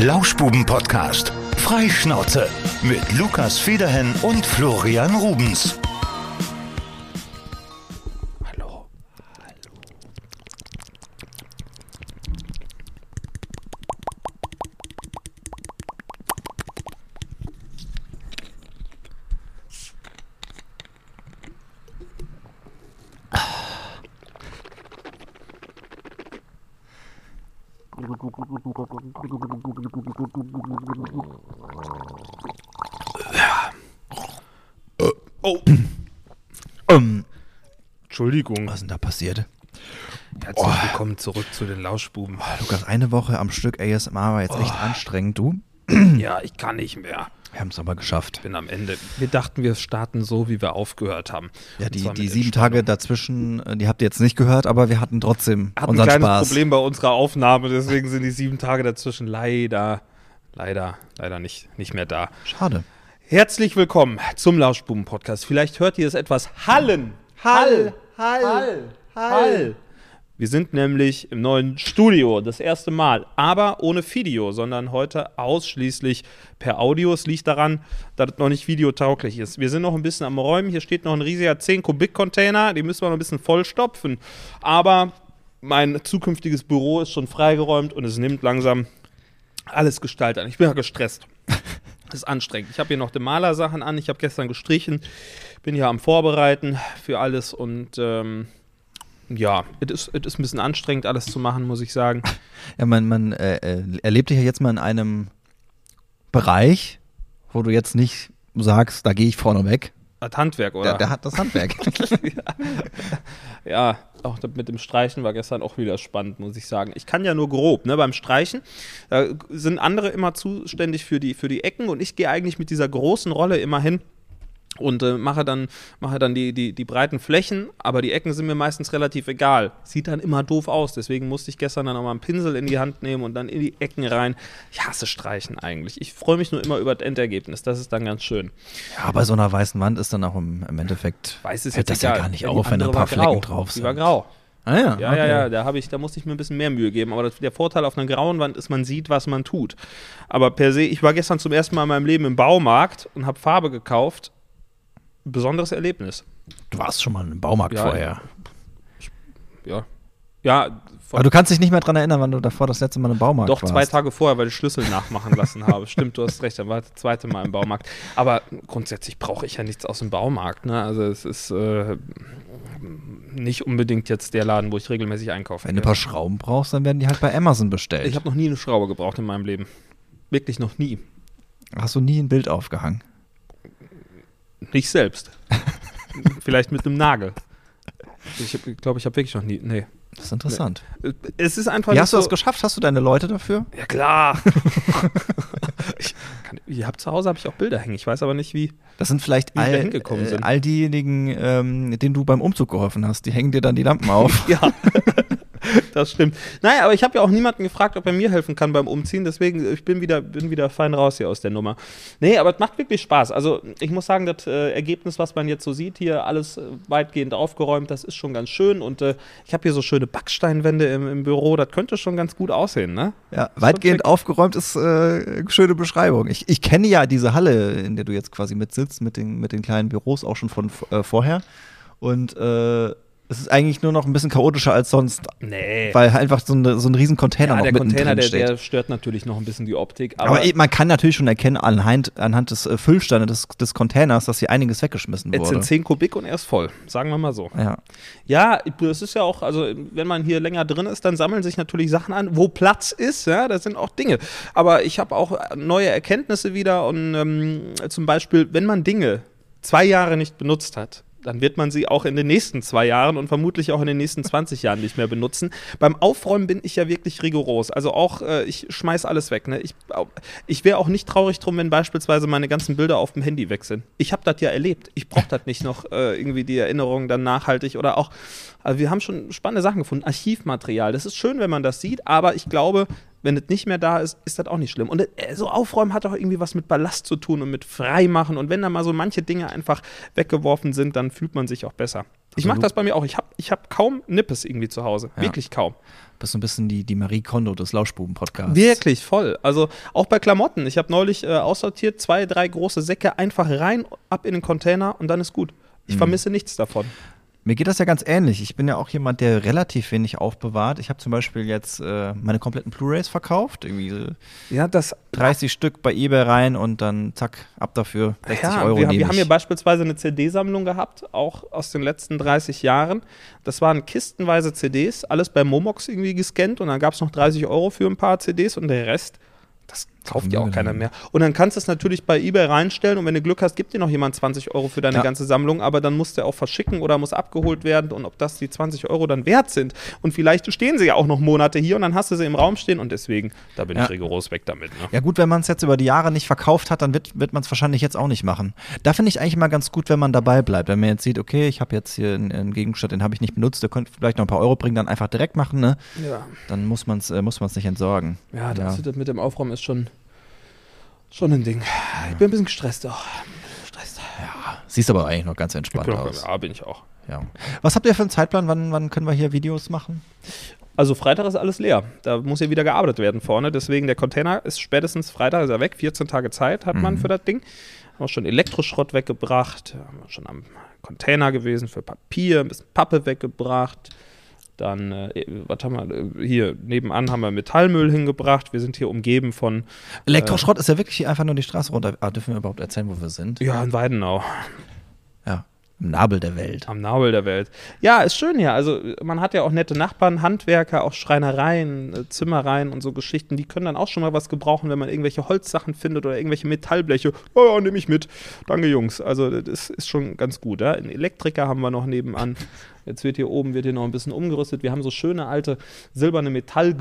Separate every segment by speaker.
Speaker 1: Lauschbuben-Podcast. Freischnauze mit Lukas Federhen und Florian Rubens.
Speaker 2: Hallo. Hallo. Oh.
Speaker 3: Ähm,
Speaker 2: Entschuldigung. Oh.
Speaker 3: was ist denn da passiert?
Speaker 2: Herzlich willkommen zurück zu den Lauschbuben.
Speaker 3: Lukas, eine Woche am Stück ASMR war jetzt echt
Speaker 2: Oh.
Speaker 3: anstrengend, du.
Speaker 2: Ja, ich kann nicht mehr.
Speaker 3: Wir haben es aber geschafft.
Speaker 2: Bin am Ende. Wir dachten, wir starten so, wie wir aufgehört haben.
Speaker 3: Ja,
Speaker 2: Und
Speaker 3: die,
Speaker 2: zwar
Speaker 3: die
Speaker 2: mit
Speaker 3: sieben
Speaker 2: Entspannung.
Speaker 3: Tage dazwischen, äh, die habt ihr jetzt nicht gehört, aber wir hatten trotzdem
Speaker 2: Hat ein
Speaker 3: unseren
Speaker 2: kleines
Speaker 3: Spaß.
Speaker 2: Problem bei unserer Aufnahme, deswegen sind die sieben Tage dazwischen leider, leider, leider nicht, nicht mehr da.
Speaker 3: Schade.
Speaker 2: Herzlich willkommen zum Lauschbuben-Podcast. Vielleicht hört ihr es etwas hallen. Hall, hall, hall, hall. Wir sind nämlich im neuen Studio, das erste Mal, aber ohne Video, sondern heute ausschließlich per Audio. Es liegt daran, dass es noch nicht videotauglich ist. Wir sind noch ein bisschen am Räumen. Hier steht noch ein riesiger 10-Kubik-Container. Den müssen wir noch ein bisschen vollstopfen. Aber mein zukünftiges Büro ist schon freigeräumt und es nimmt langsam alles Gestalt an. Ich bin ja gestresst. Das ist anstrengend. Ich habe hier noch die Malersachen an. Ich habe gestern gestrichen. Bin hier am Vorbereiten für alles. Und ähm, ja, es ist, es ist ein bisschen anstrengend, alles zu machen, muss ich sagen.
Speaker 3: Ja, man, man äh, äh, erlebt dich ja jetzt mal in einem Bereich, wo du jetzt nicht sagst, da gehe ich vorne weg.
Speaker 2: Das Handwerk, oder?
Speaker 3: Der, der hat das Handwerk.
Speaker 2: Ja, auch das mit dem Streichen war gestern auch wieder spannend, muss ich sagen. Ich kann ja nur grob, ne? Beim Streichen da sind andere immer zuständig für die, für die Ecken und ich gehe eigentlich mit dieser großen Rolle immer hin und äh, mache dann, mache dann die, die, die breiten Flächen, aber die Ecken sind mir meistens relativ egal. Sieht dann immer doof aus, deswegen musste ich gestern dann auch mal einen Pinsel in die Hand nehmen und dann in die Ecken rein. Ich hasse Streichen eigentlich. Ich freue mich nur immer über das Endergebnis, das ist dann ganz schön.
Speaker 3: ja, bei so einer weißen Wand ist dann auch im, im Endeffekt,
Speaker 2: Weiß es
Speaker 3: fällt
Speaker 2: jetzt
Speaker 3: das
Speaker 2: egal.
Speaker 3: ja gar nicht
Speaker 2: Die
Speaker 3: auf, wenn da ein
Speaker 2: andere
Speaker 3: paar
Speaker 2: war grau.
Speaker 3: Flecken drauf sind.
Speaker 2: Die war grau.
Speaker 3: Ah, ja,
Speaker 2: Ja, ja,
Speaker 3: okay.
Speaker 2: ja, da habe ich, da musste ich mir ein bisschen mehr Mühe geben. Aber das, der Vorteil auf einer grauen Wand ist, man sieht, was man tut. Aber per se, ich war gestern zum ersten Mal in meinem Leben im Baumarkt und habe Farbe gekauft. Besonderes Erlebnis.
Speaker 3: Du warst schon mal im Baumarkt
Speaker 2: Ja,
Speaker 3: vorher.
Speaker 2: Ja. Ja, vor,
Speaker 3: Aber du kannst dich nicht mehr dran erinnern, wann du davor das letzte Mal im Baumarkt
Speaker 2: doch
Speaker 3: Ah, warst.
Speaker 2: zwei Tage vorher, weil ich Schlüssel nachmachen lassen habe. Stimmt, du hast recht, dann war das zweite Mal im Baumarkt. Aber grundsätzlich brauche ich ja nichts aus dem Baumarkt. Ne? Also es ist äh, nicht unbedingt jetzt der Laden, wo ich regelmäßig einkaufe.
Speaker 3: Wenn du ein paar Schrauben brauchst, dann werden die halt bei Amazon bestellt.
Speaker 2: ich habe noch nie eine Schraube gebraucht in meinem Leben. Wirklich noch nie.
Speaker 3: Hast du nie ein Bild aufgehangen?
Speaker 2: Nicht selbst. Vielleicht mit einem Nagel. Ich glaube, ich habe wirklich noch nie. Nee.
Speaker 3: Das ist interessant.
Speaker 2: Es ist einfach.
Speaker 3: Wie
Speaker 2: nicht
Speaker 3: hast du das
Speaker 2: so-
Speaker 3: geschafft? Hast du deine Leute dafür?
Speaker 2: Ja, klar. ich kann, ihr habt zu Hause habe ich auch Bilder hängen. Ich weiß aber nicht, wie.
Speaker 3: Das sind vielleicht
Speaker 2: Wie wir
Speaker 3: all,
Speaker 2: da hingekommen
Speaker 3: äh,
Speaker 2: sind.
Speaker 3: all diejenigen, ähm, denen du beim Umzug geholfen hast. Die hängen dir dann die Lampen auf.
Speaker 2: Ja. das stimmt. Naja, aber ich habe ja auch niemanden gefragt, ob er mir helfen kann beim Umziehen. Deswegen, ich bin wieder, bin wieder fein raus hier aus der Nummer. Nee, aber es macht wirklich Spaß. Also, ich muss sagen, das äh, Ergebnis, was man jetzt so sieht, hier alles äh, weitgehend aufgeräumt, das ist schon ganz schön. Und äh, ich habe hier so schöne Backsteinwände im, im Büro. Das könnte schon ganz gut aussehen, ne?
Speaker 3: ja, weitgehend aufgeräumt ist äh, eine schöne Beschreibung. Ich, ich kenne ja diese Halle, in der du jetzt quasi mit sitzt, mit den, mit den kleinen Büros auch schon von äh, vorher. Und äh, es ist eigentlich nur noch ein bisschen chaotischer als sonst,
Speaker 2: Nee.
Speaker 3: weil halt einfach so, eine, so ein riesen Container
Speaker 2: ja,
Speaker 3: noch
Speaker 2: der
Speaker 3: mittendrin
Speaker 2: Container, der,
Speaker 3: steht.
Speaker 2: der stört natürlich noch ein bisschen die Optik. Aber,
Speaker 3: Aber, eh, man kann natürlich schon erkennen, anhand, anhand des äh, Füllstandes des, des Containers, dass hier einiges weggeschmissen
Speaker 2: jetzt sind
Speaker 3: wurde.
Speaker 2: 10 Kubik und er ist voll. Sagen wir mal so.
Speaker 3: Ja.
Speaker 2: Ja, das ist ja auch, also wenn man hier länger drin ist, dann sammeln sich natürlich Sachen an, wo Platz ist, ja, das sind auch Dinge. Aber ich habe auch neue Erkenntnisse wieder und ähm, zum Beispiel, wenn man Dinge zwei Jahre nicht benutzt hat, dann wird man sie auch in den nächsten zwei Jahren und vermutlich auch in den nächsten 20 Jahren nicht mehr benutzen. Beim Aufräumen bin ich ja wirklich rigoros. Also auch, äh, ich schmeiß alles weg. Ne? Ich, au- ich wäre auch nicht traurig drum, wenn beispielsweise meine ganzen Bilder auf dem Handy weg sind. Ich habe das ja erlebt. Ich brauche das nicht noch äh, irgendwie die Erinnerung dann nachhaltig oder auch. Also wir haben schon spannende Sachen gefunden. Archivmaterial. Das ist schön, wenn man das sieht, aber ich glaube, wenn es nicht mehr da ist, ist das auch nicht schlimm. Und äh, so aufräumen hat auch irgendwie was mit Ballast zu tun und mit Freimachen. Und wenn da mal so manche Dinge einfach weggeworfen sind, dann fühlt man sich auch besser. Ich mache das bei mir auch. Ich habe ich hab kaum Nippes irgendwie zu Hause.
Speaker 3: Ja.
Speaker 2: Wirklich kaum.
Speaker 3: Bist so ein bisschen die, die Marie Kondo des Lauschbuben-Podcasts.
Speaker 2: Wirklich voll. Also auch bei Klamotten. Ich habe neulich äh, aussortiert, zwei, drei große Säcke einfach rein, ab in den Container und dann ist gut. Ich vermisse nichts davon.
Speaker 3: Mir geht das ja ganz ähnlich. Ich bin ja auch jemand, der relativ wenig aufbewahrt. Ich habe zum Beispiel jetzt äh, meine kompletten Blu-Rays verkauft. Irgendwie so
Speaker 2: Ja, das.
Speaker 3: 30 Stück bei Ebay rein und dann zack, ab dafür 60
Speaker 2: Ja,
Speaker 3: Euro
Speaker 2: wir,
Speaker 3: nehme
Speaker 2: wir haben
Speaker 3: ich.
Speaker 2: hier beispielsweise eine CD-Sammlung gehabt, auch aus den letzten 30 Jahren. Das waren kistenweise CDs, alles bei Momox irgendwie gescannt und dann gab es noch 30 Euro für ein paar CDs und der Rest, das kauft ja auch keiner mehr. Und dann kannst du es natürlich bei Ebay reinstellen und wenn du Glück hast, gibt dir noch jemand 20 Euro für deine
Speaker 3: Ja.
Speaker 2: ganze Sammlung, aber dann musst du auch verschicken oder muss abgeholt werden und ob das die 20 Euro dann wert sind. Und vielleicht stehen sie ja auch noch Monate hier und dann hast du sie im Raum stehen und deswegen, da bin
Speaker 3: Ja.
Speaker 2: ich rigoros weg damit. Ne?
Speaker 3: Ja gut, wenn man es jetzt über die Jahre nicht verkauft hat, dann wird, wird man es wahrscheinlich jetzt auch nicht machen. Da finde ich eigentlich mal ganz gut, wenn man dabei bleibt. Wenn man jetzt sieht, okay, ich habe jetzt hier einen, einen Gegenstand, den habe ich nicht benutzt, der könnte vielleicht noch ein paar Euro bringen, dann einfach direkt machen, ne?
Speaker 2: Ja.
Speaker 3: Dann muss man es äh, muss man's nicht entsorgen.
Speaker 2: Ja, das, das mit dem Aufräumen ist schon, schon ein Ding. Ich bin ein bisschen gestresst auch. Gestresst.
Speaker 3: Siehst aber eigentlich noch ganz entspannt aus.
Speaker 2: Ja, bin ich auch.
Speaker 3: Ja. Was habt ihr für einen Zeitplan? Wann, wann können wir hier Videos machen?
Speaker 2: Also Freitag ist alles leer. Da muss ja wieder gearbeitet werden vorne. Deswegen der Container ist spätestens Freitag ist er weg. 14 Tage Zeit hat man für das Ding. Haben auch schon Elektroschrott weggebracht. Haben wir schon am Container gewesen für Papier, ein bisschen Pappe weggebracht. Dann, äh, was haben wir äh, hier nebenan haben wir Metallmüll hingebracht. Wir sind hier umgeben von
Speaker 3: Elektroschrott ist ja wirklich hier einfach nur die Straße runter. Ah, dürfen wir überhaupt erzählen, wo wir sind?
Speaker 2: ja in Weidenau.
Speaker 3: Ja. Im Nabel der Welt.
Speaker 2: Am Nabel der Welt. Ja, ist schön hier. Also man hat ja auch nette Nachbarn, Handwerker, auch Schreinereien, äh, Zimmereien und so Geschichten. Die können dann auch schon mal was gebrauchen, wenn man irgendwelche Holzsachen findet oder irgendwelche Metallbleche. Ja, ja, nehme ich mit. Danke, Jungs. Also das ist schon ganz gut. Ja? Einen Elektriker haben wir noch nebenan. Jetzt wird hier oben wird hier noch ein bisschen umgerüstet. Wir haben so schöne alte silberne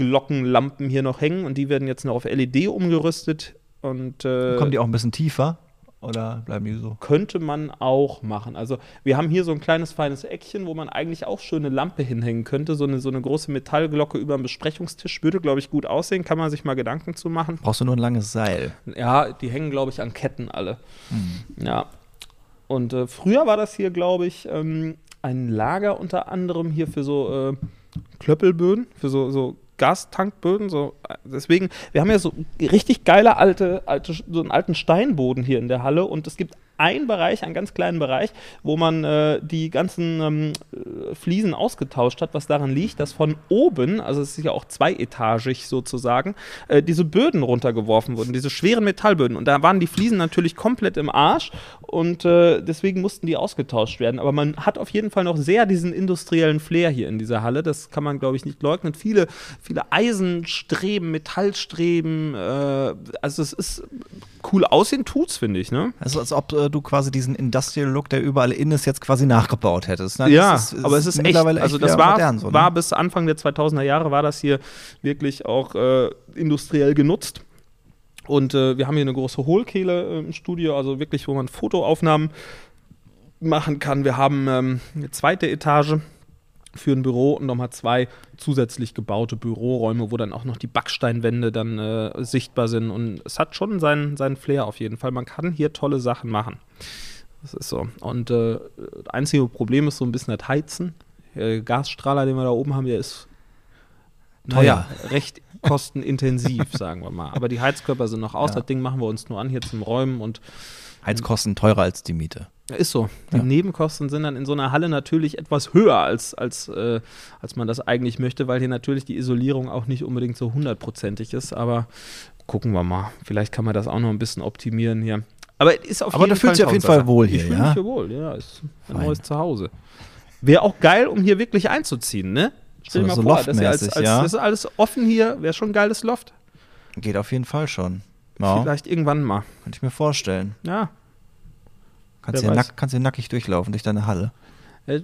Speaker 2: Metallglockenlampen hier noch hängen und die werden jetzt noch auf LED umgerüstet. Und, äh,
Speaker 3: Kommen die auch ein bisschen tiefer? Oder bleiben die so?
Speaker 2: könnte man auch machen. Also wir haben hier so ein kleines feines Eckchen, wo man eigentlich auch schöne Lampe hinhängen könnte. So eine, so eine große Metallglocke über dem Besprechungstisch würde, glaube ich, gut aussehen. Kann man sich mal Gedanken zu machen.
Speaker 3: Brauchst du nur ein langes Seil.
Speaker 2: Ja, die hängen, glaube ich, an Ketten alle. Ja. Und äh, früher war das hier, glaube ich, ähm, ein Lager unter anderem hier für so äh, Klöppelböden, für so, so Gastankböden. So. äh, Deswegen, wir haben ja so richtig geile alte, alte, so einen alten Steinboden hier in der Halle und es gibt einen Bereich, einen ganz kleinen Bereich, wo man äh, die ganzen ähm, äh, Fliesen ausgetauscht hat, was daran liegt, dass von oben, also es ist ja auch zweietagig sozusagen, äh, diese Böden runtergeworfen wurden, diese schweren Metallböden. Und da waren die Fliesen natürlich komplett im Arsch und äh, deswegen mussten die ausgetauscht werden. Aber man hat auf jeden Fall noch sehr diesen industriellen Flair hier in dieser Halle. Das kann man, glaube ich, nicht leugnen. Viele, viele Eisenstreben, Metallstreben, äh, also es ist cool aussehen, tut's, finde ich, ne?
Speaker 3: Also als ob äh, du quasi diesen Industrial Look, der überall in ist, jetzt quasi nachgebaut hättest. Nein,
Speaker 2: Ja,
Speaker 3: es
Speaker 2: aber es ist echt,
Speaker 3: mittlerweile
Speaker 2: also
Speaker 3: wieder
Speaker 2: das war,
Speaker 3: modern so, ne?
Speaker 2: war bis Anfang der 2000er Jahre war das hier wirklich auch äh, industriell genutzt. Und äh, wir haben hier eine große Hohlkehle äh, im Studio, also wirklich, wo man Fotoaufnahmen machen kann. Wir haben ähm, eine zweite Etage für ein Büro und nochmal zwei zusätzlich gebaute Büroräume, wo dann auch noch die Backsteinwände dann äh, sichtbar sind. Und es hat schon seinen, seinen Flair auf jeden Fall. Man kann hier tolle Sachen machen. Das ist so. Und äh, das einzige Problem ist so ein bisschen das Heizen. Äh, Gasstrahler, den wir da oben haben, der ist naja, recht kostenintensiv, sagen wir mal. Aber die Heizkörper sind noch aus.
Speaker 3: Ja.
Speaker 2: Das Ding machen wir uns nur an hier zum Räumen und
Speaker 3: Heizkosten teurer als die Miete.
Speaker 2: ja, Ist so. Die Nebenkosten sind dann in so einer Halle natürlich etwas höher, als, als, äh, als man das eigentlich möchte, weil hier natürlich die Isolierung auch nicht unbedingt so hundertprozentig ist. Aber gucken wir mal. Vielleicht kann man das auch noch ein bisschen optimieren hier. Aber es ist auf
Speaker 3: Aber
Speaker 2: jeden
Speaker 3: da fühlt
Speaker 2: Fall
Speaker 3: sich auf
Speaker 2: ein
Speaker 3: jeden Fall wohl
Speaker 2: Ich
Speaker 3: hier,
Speaker 2: fühle
Speaker 3: ja?
Speaker 2: mich hier wohl, ja. Ist ein
Speaker 3: Fein.
Speaker 2: neues Zuhause. Wäre auch geil, um hier wirklich einzuziehen, ne? Stell dir mal
Speaker 3: So- so
Speaker 2: vor, das ist ja als,
Speaker 3: loftmäßig,
Speaker 2: als,
Speaker 3: ja.
Speaker 2: das ist alles offen hier, wäre schon ein geiles Loft.
Speaker 3: Geht auf jeden Fall schon. Ja,
Speaker 2: Vielleicht irgendwann mal.
Speaker 3: könnte ich mir vorstellen.
Speaker 2: Ja.
Speaker 3: Kannst
Speaker 2: Wer
Speaker 3: hier,
Speaker 2: weiß.
Speaker 3: nack, kannst hier nackig durchlaufen durch deine Halle.
Speaker 2: Äh,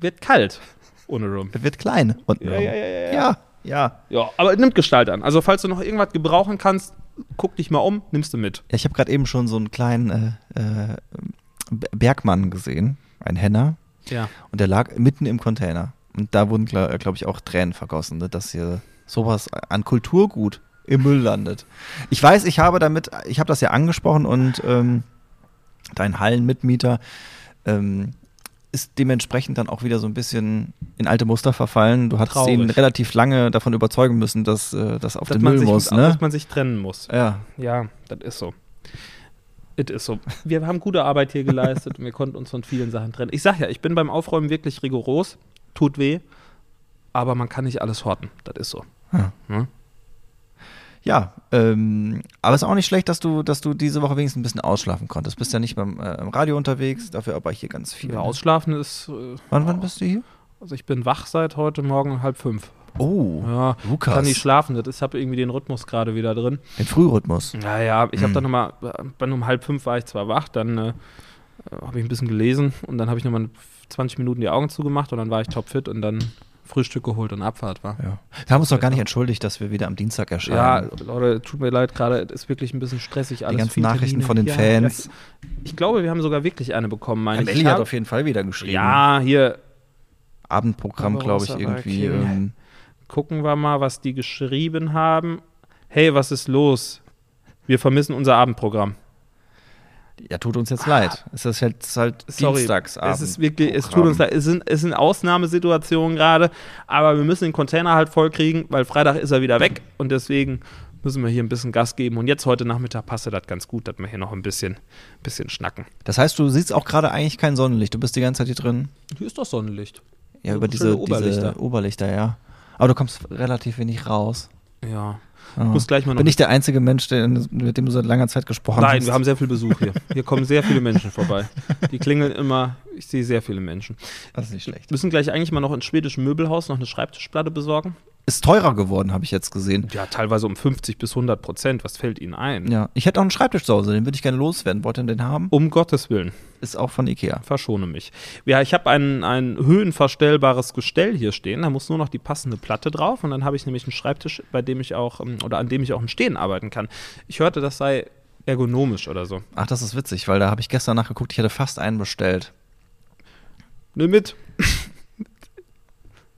Speaker 2: Wird kalt ohne Room.
Speaker 3: Es wird klein. Und
Speaker 2: Ja, ja, ja, ja, ja.
Speaker 3: ja. ja.
Speaker 2: Ja, aber nimmt Gestalt an. Also, falls du noch irgendwas gebrauchen kannst, guck dich mal um, nimmst du mit.
Speaker 3: Ja, ich habe gerade eben schon so einen kleinen äh, äh, B- Bergmann gesehen, ein Henner,
Speaker 2: Ja.
Speaker 3: und der lag mitten im Container. Und da wurden, glaube glaub ich, auch Tränen vergossen, ne, dass hier sowas an Kulturgut im Müll landet. Ich weiß, ich habe damit, ich habe das ja angesprochen und ähm, dein Hallenmitmieter ähm, ist dementsprechend dann auch wieder so ein bisschen in alte Muster verfallen. Du hattest
Speaker 2: Traurig.
Speaker 3: ihn relativ lange davon überzeugen müssen, dass äh, das auf
Speaker 2: dass,
Speaker 3: den
Speaker 2: man
Speaker 3: Müll
Speaker 2: sich,
Speaker 3: muss. Ne?
Speaker 2: dass man sich trennen muss.
Speaker 3: Ja,
Speaker 2: Ja, das ist so. It is so. Wir haben gute Arbeit hier geleistet und wir konnten uns von vielen Sachen trennen. Ich sag ja, ich bin beim Aufräumen wirklich rigoros, tut weh, aber man kann nicht alles horten. Das ist so.
Speaker 3: ja. Ähm, aber es ist auch nicht schlecht, dass du, dass du diese Woche wenigstens ein bisschen ausschlafen konntest. Bist ja nicht beim äh, im Radio unterwegs, dafür aber hier ganz viel.
Speaker 2: Ja, ausschlafen ist. äh,
Speaker 3: Wann, wann bist du hier?
Speaker 2: Also ich bin wach seit heute Morgen um halb fünf.
Speaker 3: Oh,
Speaker 2: Ja,
Speaker 3: Lukas.
Speaker 2: kann nicht schlafen. Das ist, ich habe irgendwie den Rhythmus gerade wieder drin.
Speaker 3: den Frührhythmus.
Speaker 2: Naja, ich
Speaker 3: Hm.
Speaker 2: habe dann nochmal, bei um halb fünf war ich zwar wach, dann äh, habe ich ein bisschen gelesen und dann habe ich nochmal 20 Minuten die Augen zugemacht und dann war ich topfit und dann Frühstück geholt und Abfahrt war.
Speaker 3: Ja. Wir haben uns doch gar nicht entschuldigt, dass wir wieder am Dienstag
Speaker 2: Ja,
Speaker 3: erscheinen.
Speaker 2: Leute, tut mir leid, gerade es ist wirklich ein bisschen stressig alles.
Speaker 3: die ganzen
Speaker 2: viele
Speaker 3: Nachrichten
Speaker 2: Termine.
Speaker 3: von den
Speaker 2: Ja,
Speaker 3: Fans.
Speaker 2: ja. Ich glaube, wir haben sogar wirklich eine bekommen, meine ich.
Speaker 3: Melli
Speaker 2: Ich
Speaker 3: hat
Speaker 2: hab-
Speaker 3: auf jeden Fall wieder geschrieben.
Speaker 2: ja, hier,
Speaker 3: Abendprogramm,
Speaker 2: Aber
Speaker 3: glaube ich,
Speaker 2: Rosa war
Speaker 3: irgendwie.
Speaker 2: okay.
Speaker 3: Ähm,
Speaker 2: gucken wir mal, was die geschrieben haben. Hey, was ist los? Wir vermissen unser Abendprogramm.
Speaker 3: ja, tut uns jetzt leid. Es ist halt, es ist halt Dienstagsabend.
Speaker 2: Ah. Es ist wirklich, es tut uns leid. Es sind, es sind Ausnahmesituationen gerade, aber wir müssen den Container halt vollkriegen, weil Freitag ist er wieder weg und deswegen müssen wir hier ein bisschen Gas geben. Und jetzt heute Nachmittag passt das ganz gut, dass wir hier noch ein bisschen, bisschen schnacken.
Speaker 3: Das heißt, du siehst auch gerade eigentlich kein Sonnenlicht. Du bist die ganze Zeit hier drin.
Speaker 2: Hier ist doch Sonnenlicht.
Speaker 3: Ja,
Speaker 2: So
Speaker 3: über
Speaker 2: schöne
Speaker 3: diese Oberlichter.
Speaker 2: Oberlichter.
Speaker 3: diese Oberlichter, ja. Aber du kommst relativ wenig raus.
Speaker 2: Ja.
Speaker 3: Ja.
Speaker 2: Muss gleich mal noch.
Speaker 3: Bin ich der einzige Mensch, der, mit dem du seit langer Zeit gesprochen hast?
Speaker 2: Nein, wir haben sehr viel Besuch hier. Hier kommen sehr viele Menschen vorbei. Die klingeln immer. Ich sehe sehr viele Menschen.
Speaker 3: Das ist nicht schlecht.
Speaker 2: Wir müssen gleich eigentlich mal noch ins schwedische Möbelhaus noch eine Schreibtischplatte besorgen.
Speaker 3: Ist teurer geworden, habe ich jetzt gesehen.
Speaker 2: Ja, teilweise um 50 bis 100 Prozent. Was fällt Ihnen ein?
Speaker 3: Ja, ich hätte auch einen Schreibtisch zu Hause, den würde ich gerne loswerden. Wollt ihr den haben?
Speaker 2: Um Gottes Willen.
Speaker 3: Ist auch von Ikea.
Speaker 2: verschone mich. Ja, ich habe ein, ein höhenverstellbares Gestell hier stehen. Da muss nur noch die passende Platte drauf und dann habe ich nämlich einen Schreibtisch, bei dem ich auch ähm, oder an dem ich auch im Stehen arbeiten kann. Ich hörte, das sei ergonomisch oder so.
Speaker 3: Ach, das ist witzig, weil da habe ich gestern nachgeguckt, ich hätte fast einen bestellt.
Speaker 2: Nimm mit.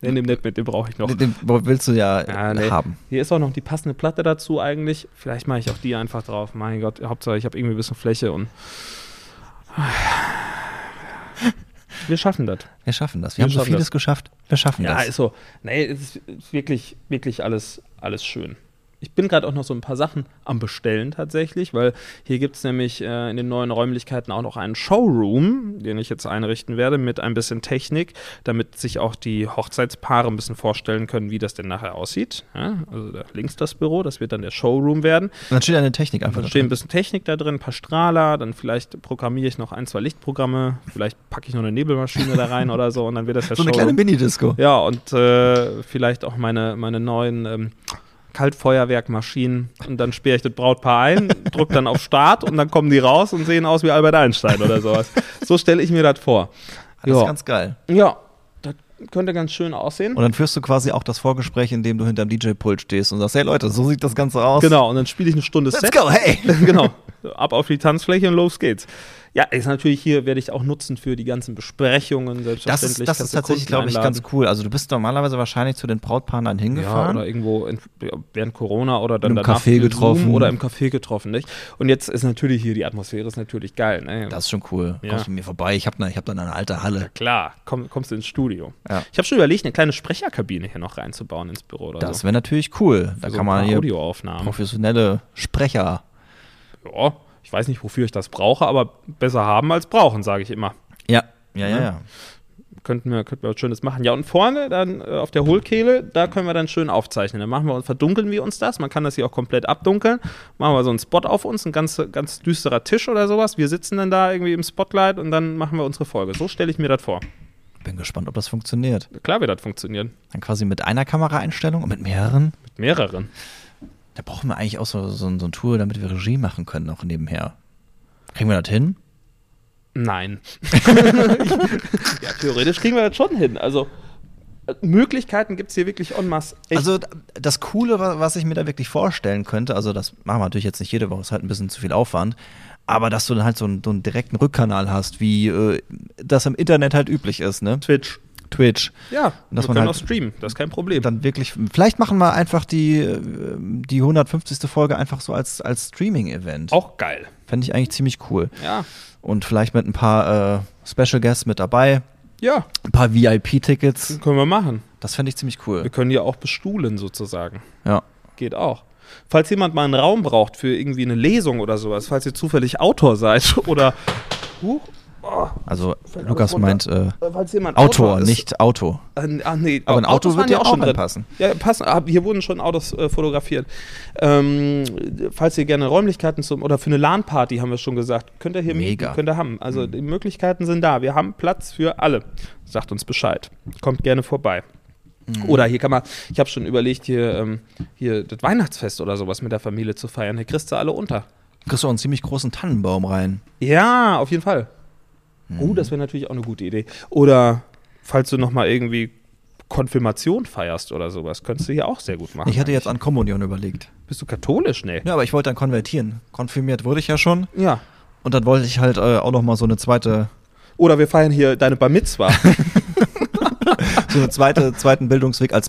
Speaker 2: nee, nimm nicht mit, den brauche ich noch.
Speaker 3: Den, den willst du ja,
Speaker 2: Ja,
Speaker 3: äh,
Speaker 2: Ah, nee.
Speaker 3: haben.
Speaker 2: Hier ist auch noch die passende Platte dazu eigentlich. Vielleicht mache ich auch die einfach drauf. Mein Gott, Hauptsache ich habe irgendwie ein bisschen Fläche und wir schaffen das.
Speaker 3: Wir schaffen
Speaker 2: Wir
Speaker 3: das. Wir, haben so
Speaker 2: schaffen
Speaker 3: vieles
Speaker 2: das.
Speaker 3: geschafft. Wir schaffen
Speaker 2: Ja,
Speaker 3: das.
Speaker 2: ist so. Nee, es ist- ist wirklich, wirklich alles, alles schön. Ich bin gerade auch noch so ein paar Sachen am Bestellen tatsächlich, weil hier gibt es nämlich äh, in den neuen Räumlichkeiten auch noch einen Showroom, den ich jetzt einrichten werde mit ein bisschen Technik, damit sich auch die Hochzeitspaare ein bisschen vorstellen können, wie das denn nachher aussieht. Ja, also da links das Büro, das wird dann der Showroom werden.
Speaker 3: Und dann steht eine Technik einfach
Speaker 2: Da
Speaker 3: da
Speaker 2: steht ein
Speaker 3: drin.
Speaker 2: bisschen Technik da drin, ein paar Strahler, dann vielleicht programmiere ich noch ein, zwei Lichtprogramme, vielleicht packe ich noch eine Nebelmaschine da rein oder so und dann wird das der
Speaker 3: So eine
Speaker 2: Showroom.
Speaker 3: kleine Mini-Disco.
Speaker 2: Ja, und äh, vielleicht auch meine, meine neuen ähm, Kaltfeuerwerkmaschinen. Und dann sperre ich das Brautpaar ein, drück dann auf Start und dann kommen die raus und sehen aus wie Albert Einstein oder sowas. So stelle ich mir das vor.
Speaker 3: Das ist
Speaker 2: Ja.
Speaker 3: ganz geil.
Speaker 2: Ja, das könnte ganz schön aussehen.
Speaker 3: Und dann führst du quasi auch das Vorgespräch, indem du hinterm DJ-Pult stehst und sagst, hey Leute, so sieht das Ganze aus.
Speaker 2: Genau, und dann spiele ich eine Stunde
Speaker 3: Let's
Speaker 2: Set.
Speaker 3: go, hey!
Speaker 2: genau. Ab auf die Tanzfläche und los geht's. Ja, ist natürlich hier, werde ich auch nutzen für die ganzen Besprechungen,
Speaker 3: Das ist,
Speaker 2: selbstverständlich.
Speaker 3: das ist
Speaker 2: kannst du
Speaker 3: tatsächlich,
Speaker 2: Kunden
Speaker 3: glaube ich,
Speaker 2: einladen.
Speaker 3: ganz cool. Also du bist normalerweise wahrscheinlich zu den Brautpaaren dann
Speaker 2: Ja,
Speaker 3: hingefahren.
Speaker 2: oder irgendwo in, während Corona oder dann
Speaker 3: Im
Speaker 2: danach
Speaker 3: Café
Speaker 2: viel
Speaker 3: getroffen.
Speaker 2: Zoom oder im Café getroffen, nicht? Und jetzt ist natürlich hier die Atmosphäre ist natürlich geil, ne?
Speaker 3: das ist schon cool.
Speaker 2: Ja.
Speaker 3: Kommst du mir vorbei, ich habe ne, ich hab dann eine alte Halle.
Speaker 2: Klar, komm, kommst du ins Studio.
Speaker 3: Ja.
Speaker 2: Ich habe schon überlegt, eine kleine Sprecherkabine hier noch reinzubauen ins Büro oder
Speaker 3: Das
Speaker 2: so.
Speaker 3: wäre natürlich cool.
Speaker 2: Also So
Speaker 3: Da kann
Speaker 2: ein paar
Speaker 3: man hier
Speaker 2: Audioaufnahmen.
Speaker 3: professionelle Sprecher.
Speaker 2: Ja, ich weiß nicht, wofür ich das brauche, aber besser haben als brauchen, sage ich immer.
Speaker 3: Ja, ja, ja,
Speaker 2: Ja. Ne?
Speaker 3: ja.
Speaker 2: Könnten wir, könnten wir was Schönes machen. Ja, und vorne dann äh, auf der Hohlkehle, da können wir dann schön aufzeichnen. Dann machen wir und verdunkeln wir uns das. Man kann das hier auch komplett abdunkeln. Machen wir so einen Spot auf uns, ein ganz, ganz düsterer Tisch oder sowas. Wir sitzen dann da irgendwie im Spotlight und dann machen wir unsere Folge. So stelle ich mir das vor.
Speaker 3: Bin gespannt, ob das funktioniert.
Speaker 2: Klar wird das funktionieren.
Speaker 3: Dann quasi mit einer Kameraeinstellung und mit mehreren.
Speaker 2: Mit mehreren.
Speaker 3: Da brauchen wir eigentlich auch so, so, so ein Tool, damit wir Regie machen können, auch nebenher. Kriegen wir das hin?
Speaker 2: Nein. ja, theoretisch kriegen wir das schon hin. Also äh, Möglichkeiten gibt es hier wirklich en masse. Echt.
Speaker 3: Also d- das Coole, wa- was ich mir da wirklich vorstellen könnte, also das machen wir natürlich jetzt nicht jede Woche, ist halt ein bisschen zu viel Aufwand, aber dass du dann halt so einen, so einen direkten Rückkanal hast, wie äh, das im Internet halt üblich ist, ne?
Speaker 2: Twitch.
Speaker 3: Twitch.
Speaker 2: Ja,
Speaker 3: Dass
Speaker 2: wir
Speaker 3: man
Speaker 2: können
Speaker 3: halt-
Speaker 2: auch streamen. Das ist kein Problem.
Speaker 3: Dann wirklich, vielleicht machen wir einfach die, äh, die 150. Folge einfach so als, als Streaming-Event.
Speaker 2: auch geil.
Speaker 3: Fände ich eigentlich ziemlich cool.
Speaker 2: Ja.
Speaker 3: Und vielleicht mit ein paar äh, Special Guests mit dabei.
Speaker 2: Ja,
Speaker 3: Ein paar VIP-Tickets.
Speaker 2: können wir machen.
Speaker 3: Das fände ich ziemlich
Speaker 2: Hm. Wir
Speaker 3: cool.
Speaker 2: können ja auch bestuhlen sozusagen.
Speaker 3: Ja.
Speaker 2: Geht auch. Falls jemand mal einen Raum braucht für irgendwie eine Lesung oder sowas, falls ihr zufällig Autor seid oder Huch,
Speaker 3: Also,
Speaker 2: Fällt
Speaker 3: Lukas
Speaker 2: alles
Speaker 3: meint äh,
Speaker 2: runter. falls jemand
Speaker 3: Autor,
Speaker 2: ist-
Speaker 3: nicht Auto.
Speaker 2: Ah, n- ah, nee,
Speaker 3: Aber ein Auto
Speaker 2: Autos
Speaker 3: wird
Speaker 2: waren
Speaker 3: ja auch
Speaker 2: schon drin.
Speaker 3: reinpassen.
Speaker 2: Ja, passen. Ah, Hier wurden schon Autos äh, fotografiert. Ähm, falls ihr gerne Räumlichkeiten zum oder für eine LAN-Party haben wir schon gesagt, könnt ihr hier
Speaker 3: Mega. Hm.
Speaker 2: mieten, könnt ihr haben. Also die Möglichkeiten sind da. Wir haben Platz für alle. Sagt uns Bescheid. Kommt gerne vorbei.
Speaker 3: Hm.
Speaker 2: Oder hier kann man, ich habe schon überlegt, hier, ähm, hier das Weihnachtsfest oder sowas mit der Familie zu feiern. Hier kriegst du alle unter.
Speaker 3: Kriegst du auch einen ziemlich großen Tannenbaum rein.
Speaker 2: Ja, auf jeden Fall. Oh, das wäre natürlich auch eine gute Idee. Oder falls du nochmal irgendwie Konfirmation feierst oder sowas, könntest du hier auch sehr gut machen.
Speaker 3: Ich hatte jetzt an Kommunion überlegt.
Speaker 2: Bist du katholisch? Nee.
Speaker 3: Ja, aber ich wollte dann konvertieren. Konfirmiert wurde ich ja schon.
Speaker 2: Ja.
Speaker 3: Und dann wollte ich halt äh, auch noch mal so eine zweite,
Speaker 2: Oder wir feiern hier deine Bar Mitzwa.
Speaker 3: so eine zweite, zweiten Bildungsweg als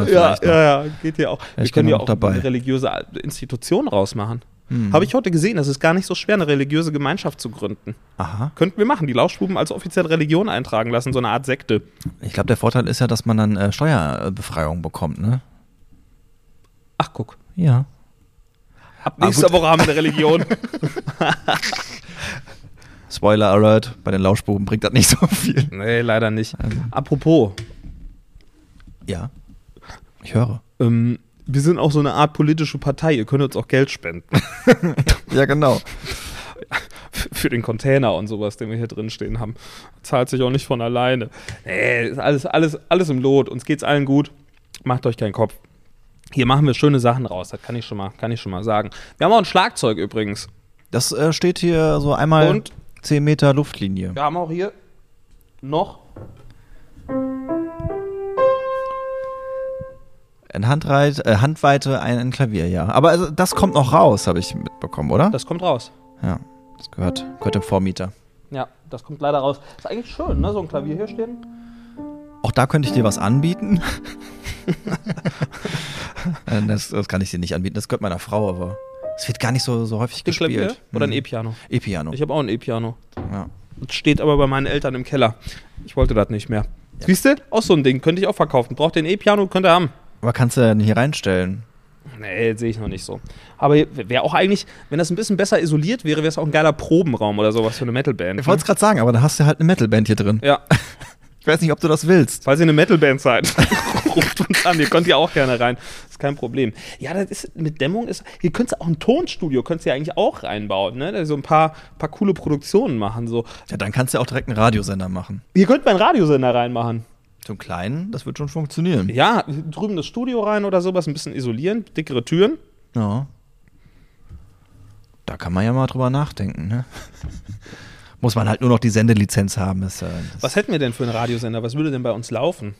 Speaker 2: ja,
Speaker 3: vielleicht noch.
Speaker 2: ja, ja, geht ja auch. wir
Speaker 3: ich
Speaker 2: können
Speaker 3: bin
Speaker 2: ja
Speaker 3: auch
Speaker 2: auch Mhm.
Speaker 3: dabei.
Speaker 2: eine religiöse Institution rausmachen. Habe ich heute gesehen, das ist gar nicht so schwer, eine religiöse Gemeinschaft zu gründen.
Speaker 3: Aha.
Speaker 2: Könnten wir machen, die Lausbuben als offizielle Religion eintragen lassen, so eine Art Sekte.
Speaker 3: Ich glaube, der Vorteil ist ja, dass man dann äh, Steuerbefreiung bekommt, ne?
Speaker 2: Ach, guck.
Speaker 3: Ja.
Speaker 2: Ab
Speaker 3: Ah,
Speaker 2: nächster
Speaker 3: gut.
Speaker 2: Woche haben wir eine Religion.
Speaker 3: Spoiler Alert, bei den Lauschbuben bringt das nicht so viel.
Speaker 2: nee, leider nicht. Apropos,
Speaker 3: Ja. Ich höre.
Speaker 2: Ähm, wir sind auch so eine Art politische Partei. Ihr könnt uns auch Geld spenden
Speaker 3: Ja, genau.
Speaker 2: für den Container und sowas, den wir hier drin stehen haben. Zahlt sich auch nicht von alleine. Nee, ist alles, alles, alles im Lot. Uns geht's allen gut. Macht euch keinen Kopf. Hier machen wir schöne Sachen raus. Das kann ich schon mal, kann ich schon mal sagen. Wir haben auch ein Schlagzeug übrigens.
Speaker 3: Das äh, steht hier so einmal
Speaker 2: Und?
Speaker 3: 10 Meter Luftlinie.
Speaker 2: Wir haben auch hier noch.
Speaker 3: Ein Handreit, äh, Handweite, ein, ein Klavier, ja. Aber also, das kommt noch raus, habe ich mitbekommen, oder?
Speaker 2: Das kommt raus.
Speaker 3: ja. Das gehört, gehört dem Vormieter.
Speaker 2: Ja, das kommt leider raus. Ist eigentlich schön, ne? So ein Klavier hier stehen.
Speaker 3: Auch da könnte ich dir was anbieten. Äh, das, das kann ich dir nicht anbieten. Das gehört meiner Frau, aber es wird gar nicht so, so häufig
Speaker 2: Ein
Speaker 3: gespielt.
Speaker 2: Klavier oder ein
Speaker 3: Hm.
Speaker 2: E-Piano.
Speaker 3: E-Piano.
Speaker 2: Ich habe auch ein E-Piano.
Speaker 3: Ja.
Speaker 2: Das Steht aber bei meinen Eltern im Keller. Ich wollte das nicht mehr. Siehst du? Auch so ein Ding. Könnte ich auch verkaufen. Braucht den E-Piano, könnt ihr haben.
Speaker 3: Aber kannst du denn hier reinstellen?
Speaker 2: Nee, sehe ich noch nicht so. Aber wäre auch eigentlich, wenn das ein bisschen besser isoliert wäre, wäre es auch ein geiler Probenraum oder sowas für eine Metalband. ne?
Speaker 3: Ich wollte es gerade sagen, aber da hast du halt eine Metalband hier drin.
Speaker 2: Ja,
Speaker 3: Ich weiß nicht, ob du das willst.
Speaker 2: falls ihr eine Metalband seid, ruft uns an. Ihr könnt ja auch gerne rein. Ist kein Problem. Ja, das ist mit Dämmung ist. Ihr könnt auch ein Tonstudio, könnt ihr eigentlich auch reinbauen, ne? Da So ein paar, paar coole Produktionen machen. So.
Speaker 3: Ja, dann kannst du auch direkt einen Radiosender machen.
Speaker 2: Ihr könnt mal einen Radiosender reinmachen.
Speaker 3: Zum Kleinen, das wird schon funktionieren.
Speaker 2: Ja, drüben das Studio rein oder sowas, ein bisschen isolieren, dickere Türen.
Speaker 3: Ja. Da kann man ja mal drüber nachdenken, ne? Muss man halt nur noch die Sendelizenz haben. Ist, äh, das
Speaker 2: Was hätten wir denn für einen Radiosender? Was würde denn bei uns laufen?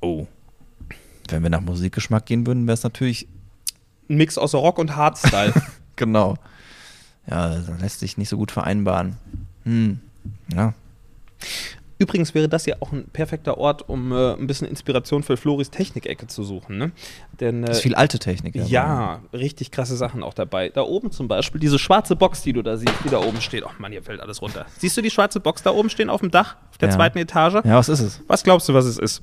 Speaker 3: Oh. Wenn wir nach Musikgeschmack gehen würden, wäre es natürlich.
Speaker 2: Ein Mix aus Rock und Hardstyle.
Speaker 3: Genau. Ja, das lässt sich nicht so gut vereinbaren. Hm. Ja.
Speaker 2: Übrigens wäre das ja auch ein perfekter Ort, um äh, ein bisschen Inspiration für Floris Technikecke zu suchen. Ne? Denn äh,
Speaker 3: Ist viel alte Technik. dabei.
Speaker 2: ja, richtig krasse Sachen auch dabei. Da oben zum Beispiel diese schwarze Box, die du da siehst, die da oben steht. Oh Mann, hier fällt alles runter. Siehst du die schwarze Box da oben stehen auf dem Dach, auf der
Speaker 3: Ja.
Speaker 2: zweiten Etage?
Speaker 3: Ja, was ist es?
Speaker 2: Was glaubst du, was es ist?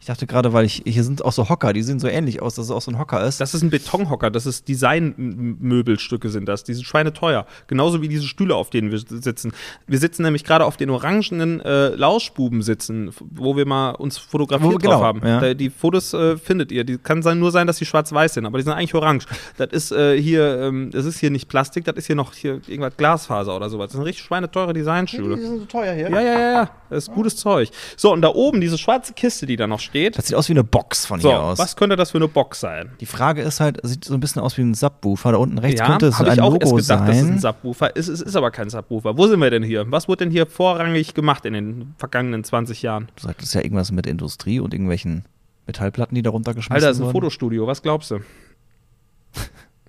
Speaker 3: Ich dachte gerade, weil ich. Hier sind auch so Hocker, die sehen so ähnlich aus, dass es auch so ein Hocker ist.
Speaker 2: Das ist ein Betonhocker, das ist Designmöbelstücke sind das. Die sind schweineteuer. Genauso wie diese Stühle, auf denen wir sitzen. Wir sitzen nämlich gerade auf den orangenen äh, Lauschbuben sitzen, f- wo wir mal uns fotografiert
Speaker 3: Wo- genau,
Speaker 2: drauf haben.
Speaker 3: ja.
Speaker 2: Da, die Fotos äh, findet ihr. Die kann sein, nur sein, dass die schwarz-weiß sind, aber die sind eigentlich orange. Das ist äh, hier, ähm, das ist hier nicht Plastik, das ist hier noch hier irgendwas Glasfaser oder sowas. Das sind richtig schweineteure Designstühle.
Speaker 3: sind so teuer hier.
Speaker 2: Ja, ja, ja, ja. Das ist gutes Zeug. So, und da oben diese schwarze Kiste, die da noch steht.
Speaker 3: Das sieht aus wie eine Box von
Speaker 2: So,
Speaker 3: hier aus.
Speaker 2: was könnte das für eine Box sein?
Speaker 3: Die Frage ist halt, sieht so ein bisschen aus wie ein Subwoofer. Da unten rechts
Speaker 2: ja,
Speaker 3: könnte es
Speaker 2: hab
Speaker 3: ein
Speaker 2: ich auch
Speaker 3: Logo
Speaker 2: erst gedacht, dass es
Speaker 3: sein.
Speaker 2: ein Subwoofer ist. Es ist aber kein Subwoofer. Wo sind wir denn hier? Was wurde denn hier vorrangig gemacht in den vergangenen 20 Jahren?
Speaker 3: du sagtest ja irgendwas mit Industrie und irgendwelchen Metallplatten, die da runtergeschmissen
Speaker 2: Alter, das ist ein
Speaker 3: wurden.
Speaker 2: Fotostudio. Was glaubst du?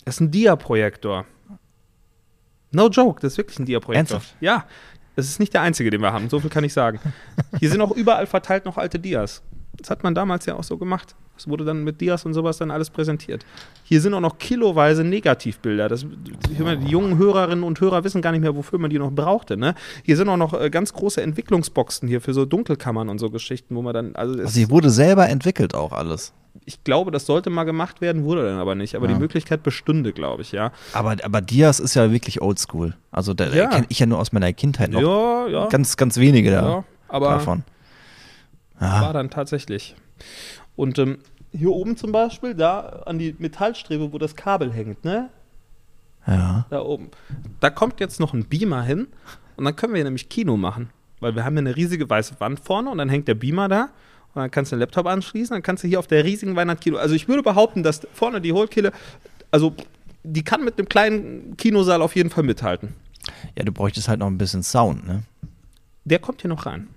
Speaker 2: Das ist ein Dia-Projektor. No joke, das ist wirklich ein Dia-Projektor.
Speaker 3: Ernsthaft?
Speaker 2: Ja, das ist nicht der einzige, den wir haben. So viel kann ich sagen. Hier sind auch überall verteilt noch alte Dias. Das hat man damals ja auch so gemacht. Das wurde dann mit Dias und sowas dann alles präsentiert. Hier sind auch noch kiloweise Negativbilder. Das, ich meine, die jungen Hörerinnen und Hörer wissen gar nicht mehr, wofür man die noch brauchte. Ne? Hier sind auch noch äh, ganz große Entwicklungsboxen hier für so Dunkelkammern und so Geschichten, wo man dann. Also, es,
Speaker 3: Also hier wurde selber entwickelt auch alles.
Speaker 2: ich glaube, das sollte mal gemacht werden, wurde dann aber nicht. Aber
Speaker 3: Ja.
Speaker 2: die Möglichkeit bestünde, glaube ich, ja.
Speaker 3: Aber, aber Diaz ist ja wirklich oldschool. Also da
Speaker 2: Ja.
Speaker 3: kenne ich ja nur aus meiner Kindheit noch.
Speaker 2: Ja, ja.
Speaker 3: Ganz, ganz wenige da,
Speaker 2: ja aber
Speaker 3: davon.
Speaker 2: war dann tatsächlich. Und ähm, hier oben zum Beispiel, da an die Metallstrebe, wo das Kabel hängt, ne?
Speaker 3: Ja.
Speaker 2: Da oben. Da kommt jetzt noch ein Beamer hin und dann können wir hier nämlich Kino machen. Weil wir haben hier eine riesige weiße Wand vorne und dann hängt der Beamer da. Und dann kannst du den Laptop anschließen, dann kannst du hier auf der riesigen Weinland Kino. Also ich würde behaupten, dass vorne die Hohlkehle, also die kann mit einem kleinen Kinosaal auf jeden Fall mithalten.
Speaker 3: ja, du bräuchtest halt noch ein bisschen Sound, ne?
Speaker 2: Der kommt hier noch rein.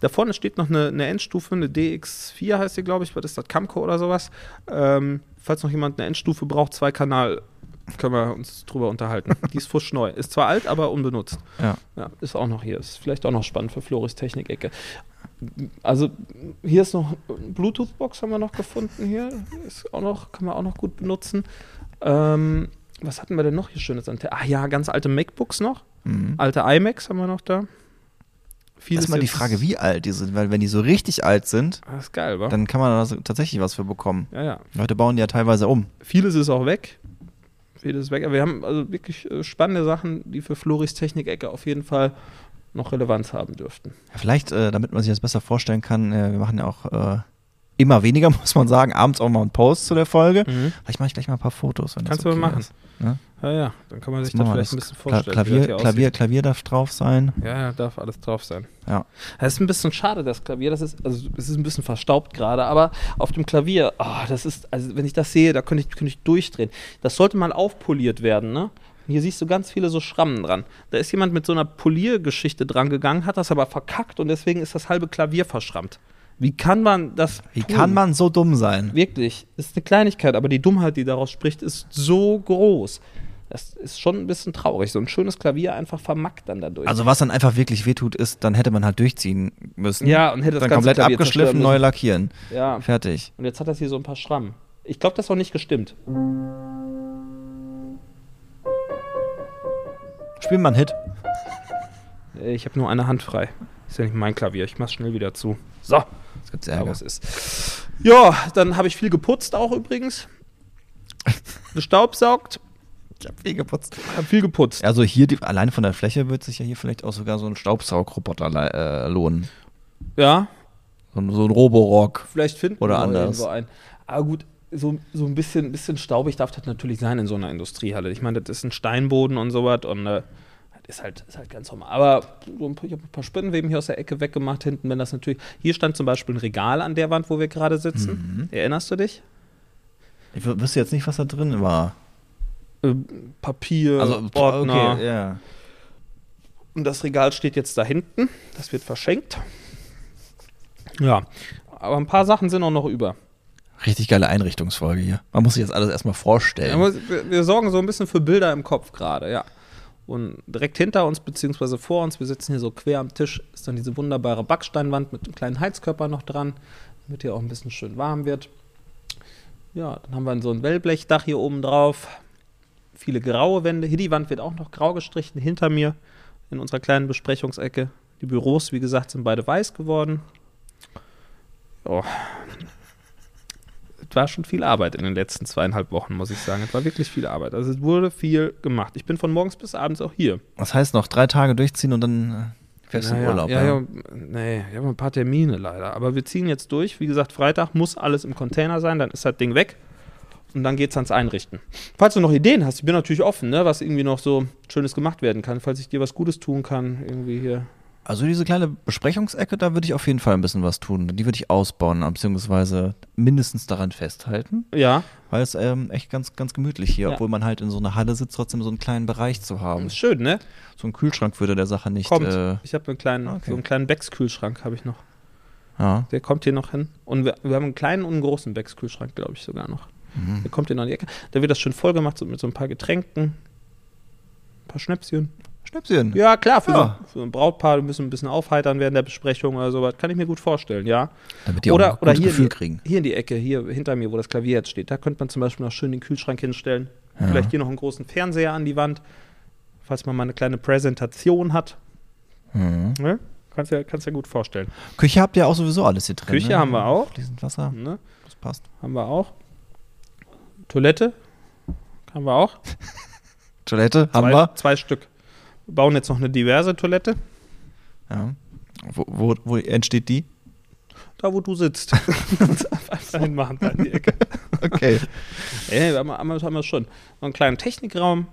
Speaker 2: Da vorne steht noch eine, eine Endstufe, eine DX4 heißt die, glaube ich. Was ist das? Camco oder sowas? Ähm, falls noch jemand eine Endstufe braucht, zwei Kanal, können wir uns drüber unterhalten. Die ist frisch neu. Ist zwar alt, aber unbenutzt.
Speaker 3: Ja.
Speaker 2: Ja, ist auch noch hier. Ist vielleicht auch noch spannend für Floris Technik-Ecke. Also hier ist noch eine Bluetooth-Box haben wir noch gefunden hier. Ist auch noch, kann man auch noch gut benutzen. Ähm, was hatten wir denn noch hier Schönes an? Te- Ah ja, ganz alte MacBooks noch. Alte iMacs haben wir noch da. Vieles
Speaker 3: Ist mal Mhm. die
Speaker 2: jetzt-
Speaker 3: Frage, wie alt die sind, weil wenn die so richtig alt sind,
Speaker 2: Ah, ist geil, wa?
Speaker 3: dann kann man da so tatsächlich was für bekommen.
Speaker 2: ja, ja.
Speaker 3: Leute bauen die ja teilweise um.
Speaker 2: Vieles ist auch weg. Vieles ist weg. Aber wir haben also wirklich äh, spannende Sachen, die für Floris Technik-Ecke auf jeden Fall noch Relevanz haben dürften.
Speaker 3: Ja, Vielleicht, äh, damit man sich das besser vorstellen kann, äh, wir machen ja auch äh, immer weniger, muss man sagen, abends auch mal einen Post zu der Folge. Vielleicht mache ich gleich mal ein paar Fotos. Wenn
Speaker 2: Mhm. Kannst
Speaker 3: das
Speaker 2: du
Speaker 3: okay
Speaker 2: mal machen.
Speaker 3: Ist. Ne?
Speaker 2: Ja, ja. Dann kann man sich
Speaker 3: Das
Speaker 2: das
Speaker 3: machen wir
Speaker 2: vielleicht
Speaker 3: das
Speaker 2: ein bisschen
Speaker 3: Kla
Speaker 2: vorstellen. wie das
Speaker 3: Klavier,
Speaker 2: hier
Speaker 3: Klavier, Klavier darf drauf sein.
Speaker 2: Ja, ja, darf alles drauf sein.
Speaker 3: Ja.
Speaker 2: Das ist ein bisschen schade, das Klavier. Das ist, also es ist ein bisschen verstaubt gerade, aber auf dem Klavier, ah, das ist, also wenn ich das sehe, da könnte ich, könnte ich durchdrehen. Das sollte mal aufpoliert werden, ne? Und hier siehst du ganz viele so Schrammen dran. Da ist jemand mit so einer Poliergeschichte dran gegangen, hat das aber verkackt und deswegen ist das halbe Klavier verschrammt. Wie kann man das?
Speaker 3: Wie
Speaker 2: tun?
Speaker 3: kann man so dumm sein?
Speaker 2: Wirklich, ist eine Kleinigkeit, aber die Dummheit, die daraus spricht, ist so groß. Das ist schon ein bisschen traurig. So ein schönes Klavier einfach vermackt dann dadurch.
Speaker 3: Also was dann einfach wirklich wehtut, ist, dann hätte man halt durchziehen müssen.
Speaker 2: Ja, und hätte das
Speaker 3: dann
Speaker 2: ganze
Speaker 3: komplett
Speaker 2: Klavier
Speaker 3: abgeschliffen,
Speaker 2: zerstören
Speaker 3: neu
Speaker 2: müssen.
Speaker 3: lackieren.
Speaker 2: Ja.
Speaker 3: Fertig.
Speaker 2: Und jetzt hat das hier so ein paar Schrammen. Ich glaube, das ist auch nicht gestimmt.
Speaker 3: Spiel mal einen Hit.
Speaker 2: Äh, Ich habe nur eine Hand frei. Ist ja nicht mein Klavier. Ich mach's schnell wieder zu. So,
Speaker 3: Das gibt's
Speaker 2: aber
Speaker 3: Ärger.
Speaker 2: es ist. Ja, dann habe ich viel geputzt auch übrigens. Gestaubsaugt,
Speaker 3: Ich hab viel geputzt.
Speaker 2: habe viel geputzt.
Speaker 3: Also hier, die, allein von der Fläche wird sich ja hier vielleicht auch sogar so ein Staubsaugroboter le- äh, lohnen.
Speaker 2: Ja,
Speaker 3: So, ein- so ein Roborock.
Speaker 2: vielleicht finden
Speaker 3: Oder
Speaker 2: wir
Speaker 3: anders.
Speaker 2: irgendwo einen. Aber gut, so, so ein bisschen, bisschen staubig darf das natürlich sein in so einer Industriehalle. Ich meine, das ist ein Steinboden und sowas und äh, das ist halt, ist halt ganz normal. Aber so ein paar, ich habe ein paar Spinnenweben hier aus der Ecke weggemacht hinten, wenn das natürlich. Hier stand zum Beispiel ein Regal an der Wand, wo wir gerade
Speaker 3: Mhm.
Speaker 2: sitzen. Erinnerst du dich?
Speaker 3: Ich wü- wüsste jetzt nicht, was da drin war.
Speaker 2: Ähm, Papier,
Speaker 3: Also,
Speaker 2: Ordner.
Speaker 3: okay, ja.
Speaker 2: Und das Regal steht jetzt da hinten. Das wird verschenkt. Ja. Aber ein paar Sachen sind auch noch über.
Speaker 3: Richtig geile Einrichtungsfolge hier. Man muss sich jetzt alles erstmal vorstellen.
Speaker 2: Ja, aber wir, wir sorgen so ein bisschen für Bilder im Kopf gerade, ja. Und direkt hinter uns, beziehungsweise vor uns, wir sitzen hier so quer am Tisch, ist dann diese wunderbare Backsteinwand mit einem kleinen Heizkörper noch dran, damit hier auch ein bisschen schön warm wird. Ja, dann haben wir so ein Wellblechdach hier oben drauf. Viele graue Wände. Hier die Wand wird auch noch grau gestrichen hinter mir in unserer kleinen Besprechungsecke. Die Büros, wie gesagt, sind beide weiß geworden. Ja, es war schon viel Arbeit in den letzten zweieinhalb Wochen, muss ich sagen. Es war wirklich viel Arbeit. Also es wurde viel gemacht. Ich bin von morgens bis abends auch hier.
Speaker 3: Was heißt noch? Drei Tage durchziehen und dann äh, fährst du in
Speaker 2: Naja,
Speaker 3: Urlaub.
Speaker 2: Ja, ja. Nee, wir haben ein paar Termine leider. Aber wir ziehen jetzt durch. Wie gesagt, Freitag muss alles im Container sein, dann ist das Ding weg. Und dann geht's ans Einrichten. Falls du noch Ideen hast, ich bin natürlich offen, ne, was irgendwie noch so Schönes gemacht werden kann, falls ich dir was Gutes tun kann, irgendwie hier.
Speaker 3: Also diese kleine Besprechungsecke, da würde ich auf jeden Fall ein bisschen was tun. Die würde ich ausbauen, beziehungsweise mindestens daran festhalten,
Speaker 2: Ja,
Speaker 3: weil es ähm, echt ganz, ganz gemütlich hier,
Speaker 2: Ja.
Speaker 3: obwohl man halt in so einer Halle sitzt, trotzdem so einen kleinen Bereich zu haben.
Speaker 2: ist schön, ne?
Speaker 3: So ein Kühlschrank würde der Sache nicht.
Speaker 2: Kommt.
Speaker 3: Hm. Äh,
Speaker 2: ich habe einen kleinen,
Speaker 3: okay.
Speaker 2: so einen kleinen Becks-Kühlschrank habe ich noch.
Speaker 3: ja.
Speaker 2: Der kommt hier noch hin. Und wir, wir haben einen kleinen und einen großen Becks-Kühlschrank, glaube ich, sogar noch.
Speaker 3: Mhm.
Speaker 2: Der kommt hier noch in die Ecke. Da wird das schön voll gemacht so mit so ein paar Getränken, ein paar Schnäpschen.
Speaker 3: Schnäpschen.
Speaker 2: Ja, klar, für,
Speaker 3: Ja.
Speaker 2: So, für ein Brautpaar, die müssen ein bisschen aufheitern während der Besprechung oder sowas. Kann ich mir gut vorstellen, ja.
Speaker 3: Damit die auch ein
Speaker 2: oder, oder
Speaker 3: gutes
Speaker 2: hier,
Speaker 3: Gefühl
Speaker 2: in die-
Speaker 3: kriegen.
Speaker 2: hier in die Ecke, hier hinter mir, wo das Klavier jetzt steht. Da könnte man zum Beispiel noch schön den Kühlschrank hinstellen. Vielleicht hier noch einen großen Fernseher an die Wand, falls man mal eine kleine Präsentation hat. Ne? Kannst ja, kannst ja gut vorstellen.
Speaker 3: Mhm. Küche habt ihr auch sowieso alles hier drin.
Speaker 2: Küche
Speaker 3: ne?
Speaker 2: haben wir auch.
Speaker 3: Fließend Wasser,
Speaker 2: Ne?
Speaker 3: das passt.
Speaker 2: Haben wir auch. Toilette haben wir auch.
Speaker 3: Toilette haben
Speaker 2: zwei,
Speaker 3: wir.
Speaker 2: zwei Stück. Wir bauen jetzt noch eine diverse Toilette.
Speaker 3: Ja. Wo, wo, wo entsteht die?
Speaker 2: Da, wo du sitzt. Einfach hinmachen, da in die Ecke.
Speaker 3: Okay.
Speaker 2: Ey, haben wir, haben wir- haben wir schon. Noch einen kleinen Technikraum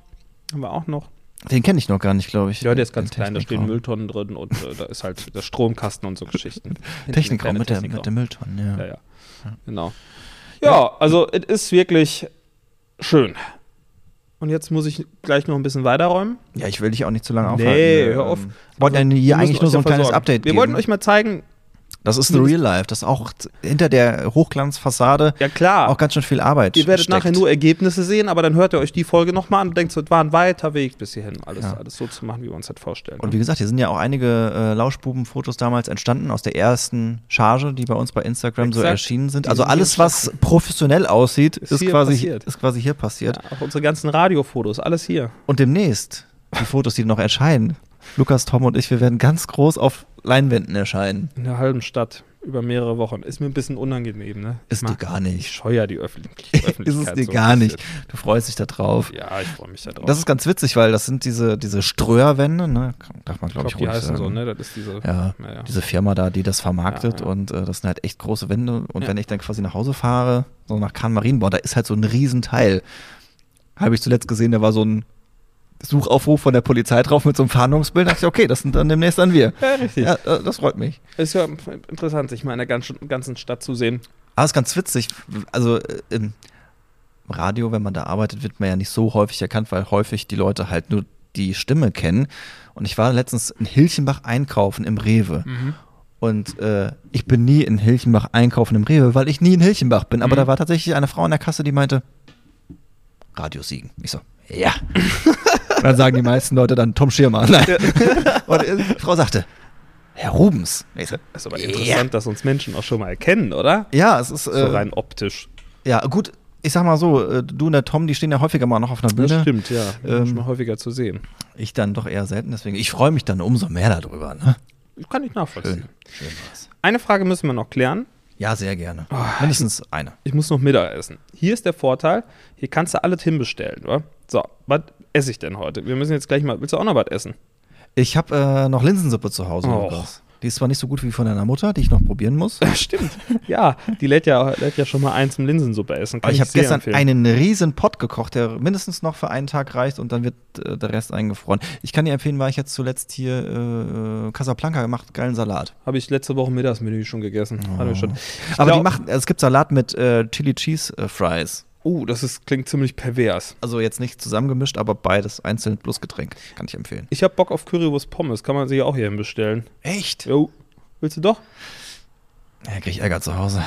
Speaker 2: haben wir auch noch.
Speaker 3: Den kenne ich noch gar nicht, glaube ich.
Speaker 2: Ja, der ist ganz
Speaker 3: Den
Speaker 2: klein, da stehen
Speaker 3: Technikraum.
Speaker 2: Mülltonnen drin und äh, da ist halt der Stromkasten und so Geschichten. Hinten
Speaker 3: Technikraum
Speaker 2: eine
Speaker 3: mit, der,
Speaker 2: kleine
Speaker 3: mit der Mülltonne, ja.
Speaker 2: Ja, ja. Genau. Ja, also es ist wirklich schön. Und jetzt muss ich gleich noch ein bisschen weiterräumen.
Speaker 3: Ja, ich will dich auch nicht zu lange
Speaker 2: Nee,
Speaker 3: aufhalten.
Speaker 2: hör auf.
Speaker 3: Ähm, wollten ja
Speaker 2: ne? Wir
Speaker 3: hier
Speaker 2: müssen
Speaker 3: eigentlich nur
Speaker 2: euch
Speaker 3: so
Speaker 2: ja
Speaker 3: ein kleines
Speaker 2: versorgen.
Speaker 3: Update
Speaker 2: Wir
Speaker 3: geben. ne?
Speaker 2: wollten euch mal zeigen,
Speaker 3: das ist The Real Life, das auch z- hinter der Hochglanzfassade
Speaker 2: ja klar,
Speaker 3: auch ganz schön viel Arbeit
Speaker 2: ihr werdet
Speaker 3: steckt.
Speaker 2: nachher nur Ergebnisse sehen, aber dann hört ihr euch die Folge nochmal an und denkt so, es war ein weiter Weg bis hierhin, alles,
Speaker 3: Ja.
Speaker 2: alles so zu machen, wie wir uns das vorstellen.
Speaker 3: Und wie gesagt, hier sind ja auch einige äh, Lauschbuben-Fotos damals entstanden aus der ersten Charge, die bei uns bei Instagram so
Speaker 2: Exakt.
Speaker 3: erschienen sind.
Speaker 2: Die
Speaker 3: Also
Speaker 2: sind hier
Speaker 3: alles, was professionell aussieht,
Speaker 2: Ist
Speaker 3: ist,
Speaker 2: hier
Speaker 3: quasi,
Speaker 2: passiert.
Speaker 3: ist quasi hier passiert.
Speaker 2: ja, auch unsere ganzen Radiofotos, alles hier.
Speaker 3: Und demnächst, die Fotos, die noch erscheinen, Lukas, Tom und ich, wir werden ganz groß auf Leinwänden erscheinen.
Speaker 2: In der halben Stadt über mehrere Wochen. Ist mir ein bisschen unangenehm, ne?
Speaker 3: Ist dir
Speaker 2: Mag-
Speaker 3: gar
Speaker 2: Ich
Speaker 3: nicht.
Speaker 2: scheuer die Öffentlich
Speaker 3: Ist
Speaker 2: Öffentlichkeit.
Speaker 3: es dir
Speaker 2: so ein
Speaker 3: gar
Speaker 2: bisschen.
Speaker 3: nicht. Du freust dich da drauf.
Speaker 2: Ja, ich freue mich da drauf.
Speaker 3: Das ist ganz witzig, weil das sind diese, diese Ströerwände, ne? Darf man,
Speaker 2: ich
Speaker 3: glaube
Speaker 2: glaube,
Speaker 3: ich,
Speaker 2: die
Speaker 3: ruhig
Speaker 2: heißen
Speaker 3: sagen.
Speaker 2: so, ne? Das ist diese.
Speaker 3: Ja,
Speaker 2: Naja.
Speaker 3: diese Firma da, die das vermarktet
Speaker 2: Ja, ja.
Speaker 3: und äh, das sind halt echt große Wände. Und
Speaker 2: Ja.
Speaker 3: wenn ich dann quasi nach Hause fahre, so nach Kahn-Marienbau, da ist halt so ein Riesenteil. Habe ich zuletzt gesehen, da war so ein Suchaufruf von der Polizei drauf mit so einem Fahndungsbild. Da dachte ich, okay, das sind dann demnächst dann wir.
Speaker 2: Ja, richtig.
Speaker 3: Ja, äh, das freut mich.
Speaker 2: Ist ja interessant, sich mal in der ganzen, ganzen Stadt zu sehen.
Speaker 3: Aber Ah, ist ganz witzig. Also äh, im Radio, wenn man da arbeitet, wird man ja nicht so häufig erkannt, weil häufig die Leute halt nur die Stimme kennen. Und ich war letztens in Hilchenbach einkaufen im Rewe.
Speaker 2: Mhm.
Speaker 3: Und äh, ich bin nie in Hilchenbach einkaufen im Rewe, weil ich nie in Hilchenbach bin. Aber
Speaker 2: Mhm.
Speaker 3: da war tatsächlich eine Frau in der Kasse, die meinte, Radio siegen. Ich so, ja. Und dann sagen die meisten Leute dann Tom Schirmer. Nein. Und äh, die Frau sagte, Herr Rubens. Ich so,
Speaker 2: Ist aber interessant, dass uns Menschen auch schon mal erkennen, oder?
Speaker 3: ja, es ist.
Speaker 2: So
Speaker 3: äh,
Speaker 2: rein optisch.
Speaker 3: Ja, gut, ich sag mal so, äh, du und der Tom, die stehen ja häufiger mal noch auf einer
Speaker 2: ja.
Speaker 3: Bühne. ne? Ähm,
Speaker 2: schon mal häufiger zu sehen.
Speaker 3: Ich dann doch eher selten, deswegen. Ich freue mich dann umso mehr darüber. Ne?
Speaker 2: Kann ich nachvollziehen.
Speaker 3: Schön war's. Oh.
Speaker 2: Eine Frage müssen wir noch klären.
Speaker 3: Ja, sehr gerne. Mindestens eine.
Speaker 2: ich muss noch Mittag essen. Hier ist der Vorteil, hier kannst du alles hinbestellen, oder? So, was esse ich denn heute? Wir müssen jetzt gleich mal, willst du auch noch was essen?
Speaker 3: Ich habe äh, noch Linsensuppe zu Hause.
Speaker 2: Och.
Speaker 3: Lukas. Die ist zwar nicht so gut wie von deiner Mutter, die ich noch probieren muss.
Speaker 2: Stimmt. Ja, die lädt ja, lädt ja schon mal eins zum Linsensuppe essen.
Speaker 3: Aber ich habe
Speaker 2: sehr
Speaker 3: gestern
Speaker 2: empfehlen.
Speaker 3: einen riesen Pott gekocht, der mindestens noch für einen Tag reicht und dann wird äh, der Rest eingefroren. Ich kann dir empfehlen, weil ich jetzt zuletzt hier äh, Casablanca gemacht, geilen Salat.
Speaker 2: Habe ich letzte Woche Mittagsmenü schon gegessen. Hatten wir schon. Ich
Speaker 3: Aber Oh. die
Speaker 2: glaub-
Speaker 3: machen, es gibt Salat mit äh, Chili Cheese äh, Fries.
Speaker 2: Oh, das ist, klingt ziemlich pervers.
Speaker 3: Also jetzt nicht zusammengemischt, aber beides einzeln plus Getränk. Kann ich empfehlen.
Speaker 2: Ich habe Bock auf Currywurst Pommes. Kann man sich auch hierhin bestellen.
Speaker 3: Echt? Ja,
Speaker 2: Jo. Willst du doch?
Speaker 3: krieg ich Ärger zu Hause.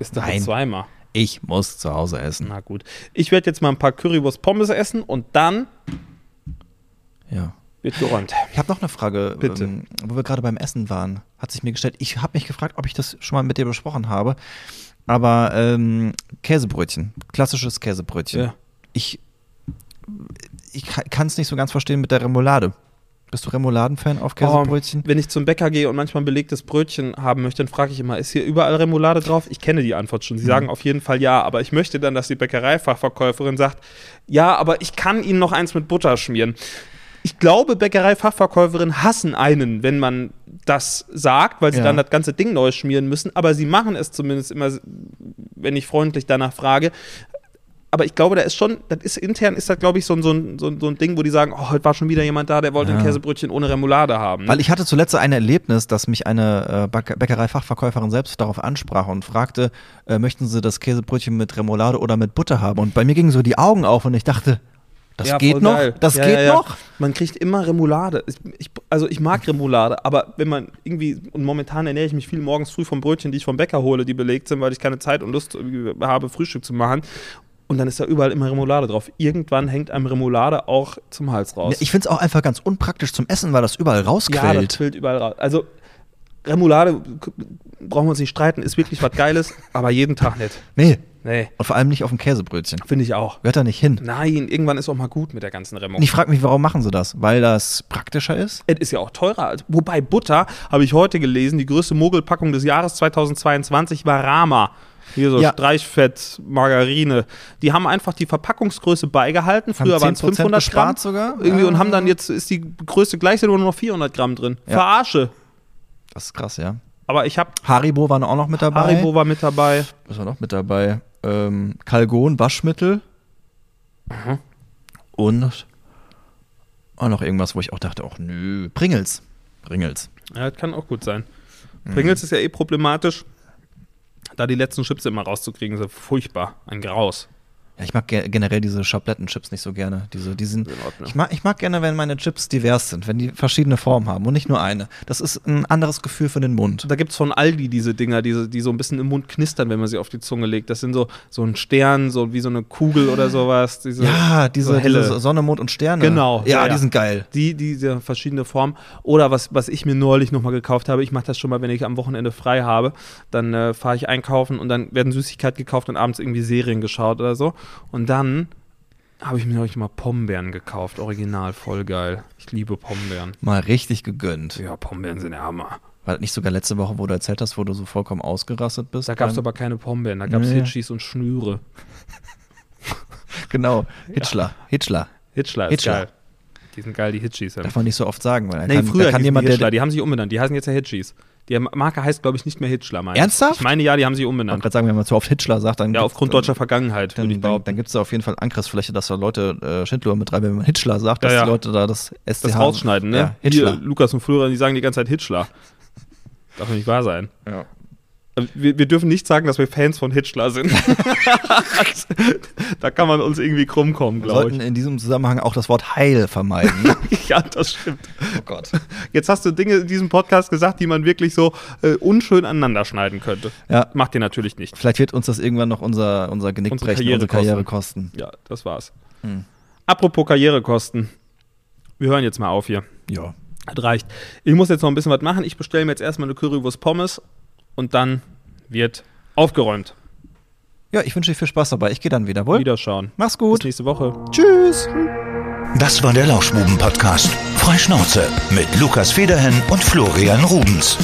Speaker 2: Ist da
Speaker 3: Nein.
Speaker 2: zweimal.
Speaker 3: Ich muss zu Hause essen.
Speaker 2: Na gut. Ich werde jetzt mal ein paar Currywurst Pommes essen und dann
Speaker 3: Ja.
Speaker 2: wird geräumt.
Speaker 3: Ich habe noch eine Frage,
Speaker 2: Bitte.
Speaker 3: Ähm, wo wir gerade beim Essen waren. Hat sich mir gestellt, ich habe mich gefragt, ob ich das schon mal mit dir besprochen habe. Aber ähm, Käsebrötchen, klassisches Käsebrötchen.
Speaker 2: Ja.
Speaker 3: Ich, ich kann es nicht so ganz verstehen mit der Remoulade. Bist du Remouladen-Fan auf Käsebrötchen?
Speaker 2: Oh, wenn ich zum Bäcker gehe und manchmal ein belegtes Brötchen haben möchte, dann frage ich immer, ist hier überall Remoulade drauf? Ich kenne die Antwort
Speaker 3: Mhm.
Speaker 2: schon. Sie sagen auf jeden Fall ja, aber ich möchte dann, dass die Bäckereifachverkäuferin sagt, ja, aber ich kann Ihnen noch eins mit Butter schmieren. Ich glaube, Bäckereifachverkäuferinnen hassen einen, wenn man das sagt, weil sie
Speaker 3: Ja.
Speaker 2: dann das ganze Ding neu schmieren müssen. Aber sie machen es zumindest immer, wenn ich freundlich danach frage. Aber ich glaube, da ist schon, das ist intern, ist das, glaube ich, so ein, so, ein, so ein- so ein Ding, wo die sagen, oh, heute war schon wieder jemand da, der wollte ein
Speaker 3: Ja.
Speaker 2: Käsebrötchen ohne Remoulade haben. ne?
Speaker 3: Weil ich hatte zuletzt ein Erlebnis, dass mich eine äh, Back- Bäckereifachverkäuferin selbst darauf ansprach und fragte, äh, möchten Sie das Käsebrötchen mit Remoulade oder mit Butter haben? Und bei mir gingen so die Augen auf und ich dachte, das
Speaker 2: Ja,
Speaker 3: geht
Speaker 2: voll
Speaker 3: noch,
Speaker 2: geil.
Speaker 3: das
Speaker 2: Ja,
Speaker 3: geht
Speaker 2: ja, ja.
Speaker 3: noch.
Speaker 2: Man kriegt immer Remoulade. Ich, ich, also ich mag Remoulade, aber wenn man irgendwie, und momentan ernähre ich mich viel morgens früh von Brötchen, die ich vom Bäcker hole, die belegt sind, weil ich keine Zeit und Lust irgendwie habe, Frühstück zu machen. und dann ist da überall immer Remoulade drauf. Irgendwann hängt einem Remoulade auch zum Hals raus.
Speaker 3: Ich finde es auch einfach ganz unpraktisch zum Essen, weil das überall
Speaker 2: ja,
Speaker 3: rausquillt.
Speaker 2: das quillt überall raus. Also Remoulade k- brauchen wir uns nicht streiten, ist wirklich was Geiles, aber jeden Tag nicht.
Speaker 3: nee.
Speaker 2: Nee,
Speaker 3: Und vor allem nicht auf dem Käsebrötchen.
Speaker 2: finde ich auch.
Speaker 3: Gehört da nicht hin.
Speaker 2: Nein, irgendwann ist auch mal gut mit der ganzen Remo.
Speaker 3: Und ich frage mich, warum machen sie das? Weil das praktischer ist?
Speaker 2: Es ist ja auch teurer. als- Wobei Butter, habe ich heute gelesen, die größte Mogelpackung des Jahres 2022 war Rama. Hier so
Speaker 3: Ja.
Speaker 2: Streichfett, Margarine. Die haben einfach die Verpackungsgröße beigehalten.
Speaker 3: Haben
Speaker 2: Früher waren es
Speaker 3: 10%
Speaker 2: 500 Gramm
Speaker 3: gespart sogar?
Speaker 2: Irgendwie und
Speaker 3: Ja.
Speaker 2: haben dann jetzt ist die Größe gleich, sind nur noch 400 Gramm drin.
Speaker 3: Ja.
Speaker 2: Verarsche.
Speaker 3: Das ist krass, ja.
Speaker 2: Aber ich habe
Speaker 3: Haribo waren auch noch mit dabei.
Speaker 2: Haribo war mit dabei.
Speaker 3: Was war noch mit dabei? Ähm, Kalgon, Waschmittel.
Speaker 2: Mhm.
Speaker 3: Und auch noch irgendwas, wo ich auch dachte, auch nö. Pringles. Pringles.
Speaker 2: Ja, das kann auch gut sein.
Speaker 3: Mhm.
Speaker 2: Pringles ist ja eh problematisch, da die letzten Chips immer rauszukriegen sind. Furchtbar. Ein Graus.
Speaker 3: Ja, ich mag ge generell diese Schablettenchips nicht so gerne. Diese, die sind,
Speaker 2: In Ordnung.
Speaker 3: ich, mag, ich mag gerne, wenn meine Chips divers sind, wenn die verschiedene Formen haben und nicht nur eine. Das ist ein anderes Gefühl für den Mund.
Speaker 2: Da gibt es von Aldi diese Dinger, die, die so ein bisschen im Mund knistern, wenn man sie auf die Zunge legt. Das sind so, so ein Stern, so wie so eine Kugel oder sowas. Diese,
Speaker 3: Ah. Ja, diese,
Speaker 2: so helle.
Speaker 3: diese Sonne, Mond und Sterne.
Speaker 2: Genau,
Speaker 3: Ja,
Speaker 2: ja, ja.
Speaker 3: die sind geil.
Speaker 2: die, diese verschiedene Formen. Oder was, was ich mir neulich nochmal gekauft habe, ich mache das schon mal, wenn ich am Wochenende frei habe, dann äh, fahre ich einkaufen und dann werden Süßigkeit gekauft und abends irgendwie Serien geschaut oder so. Und dann habe ich mir neulich mal Pombeeren gekauft, original, voll geil. Ich liebe Pombeeren.
Speaker 3: Mal richtig gegönnt.
Speaker 2: Ja, Pombeeren sind der Hammer.
Speaker 3: War das nicht sogar letzte Woche, wo du erzählt hast, wo du so vollkommen ausgerastet bist?
Speaker 2: Da gab es
Speaker 3: Beim-
Speaker 2: aber keine Pombeeren, da gab es
Speaker 3: Nee.
Speaker 2: Hitchis und Schnüre.
Speaker 3: Genau, Hitchler, Hitchler.
Speaker 2: Hitchler ist
Speaker 3: Hitchler.
Speaker 2: geil. Die sind geil, die Hitchis. Ja.
Speaker 3: Darf man nicht so oft sagen, weil da
Speaker 2: Nee,
Speaker 3: kann,
Speaker 2: früher
Speaker 3: da kann
Speaker 2: hießen
Speaker 3: jemand,
Speaker 2: die Hitchler,
Speaker 3: der...
Speaker 2: die haben sich umbenannt. Die heißen jetzt ja Hitchis. Die Marke heißt, glaube ich, nicht mehr Hitchler. Meine ich.
Speaker 3: Ernsthaft?
Speaker 2: Ich meine, ja, die haben sich
Speaker 3: Ich wollte
Speaker 2: umbenannt.
Speaker 3: gerade sagen, wenn man zu oft Hitchler sagt, dann...
Speaker 2: Ja,
Speaker 3: gibt's-
Speaker 2: aufgrund deutscher Vergangenheit, würde ich
Speaker 3: Dann, dann,
Speaker 2: behaupten.
Speaker 3: dann gibt es da auf jeden Fall Angriffsfläche, dass da Leute äh, Schindler betreiben, wenn man Hitchler sagt, dass
Speaker 2: Ja, ja.
Speaker 3: die Leute da das SCH...
Speaker 2: Das rausschneiden, ne?
Speaker 3: Ja,
Speaker 2: Hier,
Speaker 3: Hitchler.
Speaker 2: Lukas und Florian, die sagen die ganze Zeit Hitchler. Darf doch nicht wahr sein.
Speaker 3: Ja.
Speaker 2: Wir, wir dürfen nicht sagen, dass wir Fans von Hitchler sind. da kann man uns irgendwie krumm kommen,
Speaker 3: Wir
Speaker 2: glaube
Speaker 3: sollten in diesem Zusammenhang auch das Wort Heil vermeiden.
Speaker 2: ich. Ja, das stimmt.
Speaker 3: oh Gott.
Speaker 2: Jetzt hast du Dinge in diesem Podcast gesagt, die man wirklich so äh, unschön aneinander schneiden könnte.
Speaker 3: Ja.
Speaker 2: Macht ihr natürlich nicht.
Speaker 3: Vielleicht wird uns das irgendwann noch unser, unser Genick
Speaker 2: Unsere
Speaker 3: brechen,
Speaker 2: Karriere
Speaker 3: unsere Karriere kosten.
Speaker 2: Ja, das war's.
Speaker 3: Hm.
Speaker 2: Apropos Karrierekosten. Wir hören jetzt mal auf hier.
Speaker 3: Ja.
Speaker 2: Das reicht. Ich muss jetzt noch ein bisschen was machen. Ich bestelle mir jetzt erstmal eine Currywurst Pommes und dann wird aufgeräumt.
Speaker 3: Ja, ich wünsche dir viel Spaß dabei. Ich gehe dann wieder, wohl?
Speaker 2: Wiederschauen.
Speaker 3: Mach's
Speaker 2: Bis
Speaker 3: gut.
Speaker 2: nächste Woche.
Speaker 3: Tschüss.
Speaker 1: Das war der Lauschbuben-Podcast. Freischnauze mit Lukas Federhen und Florian Rubens.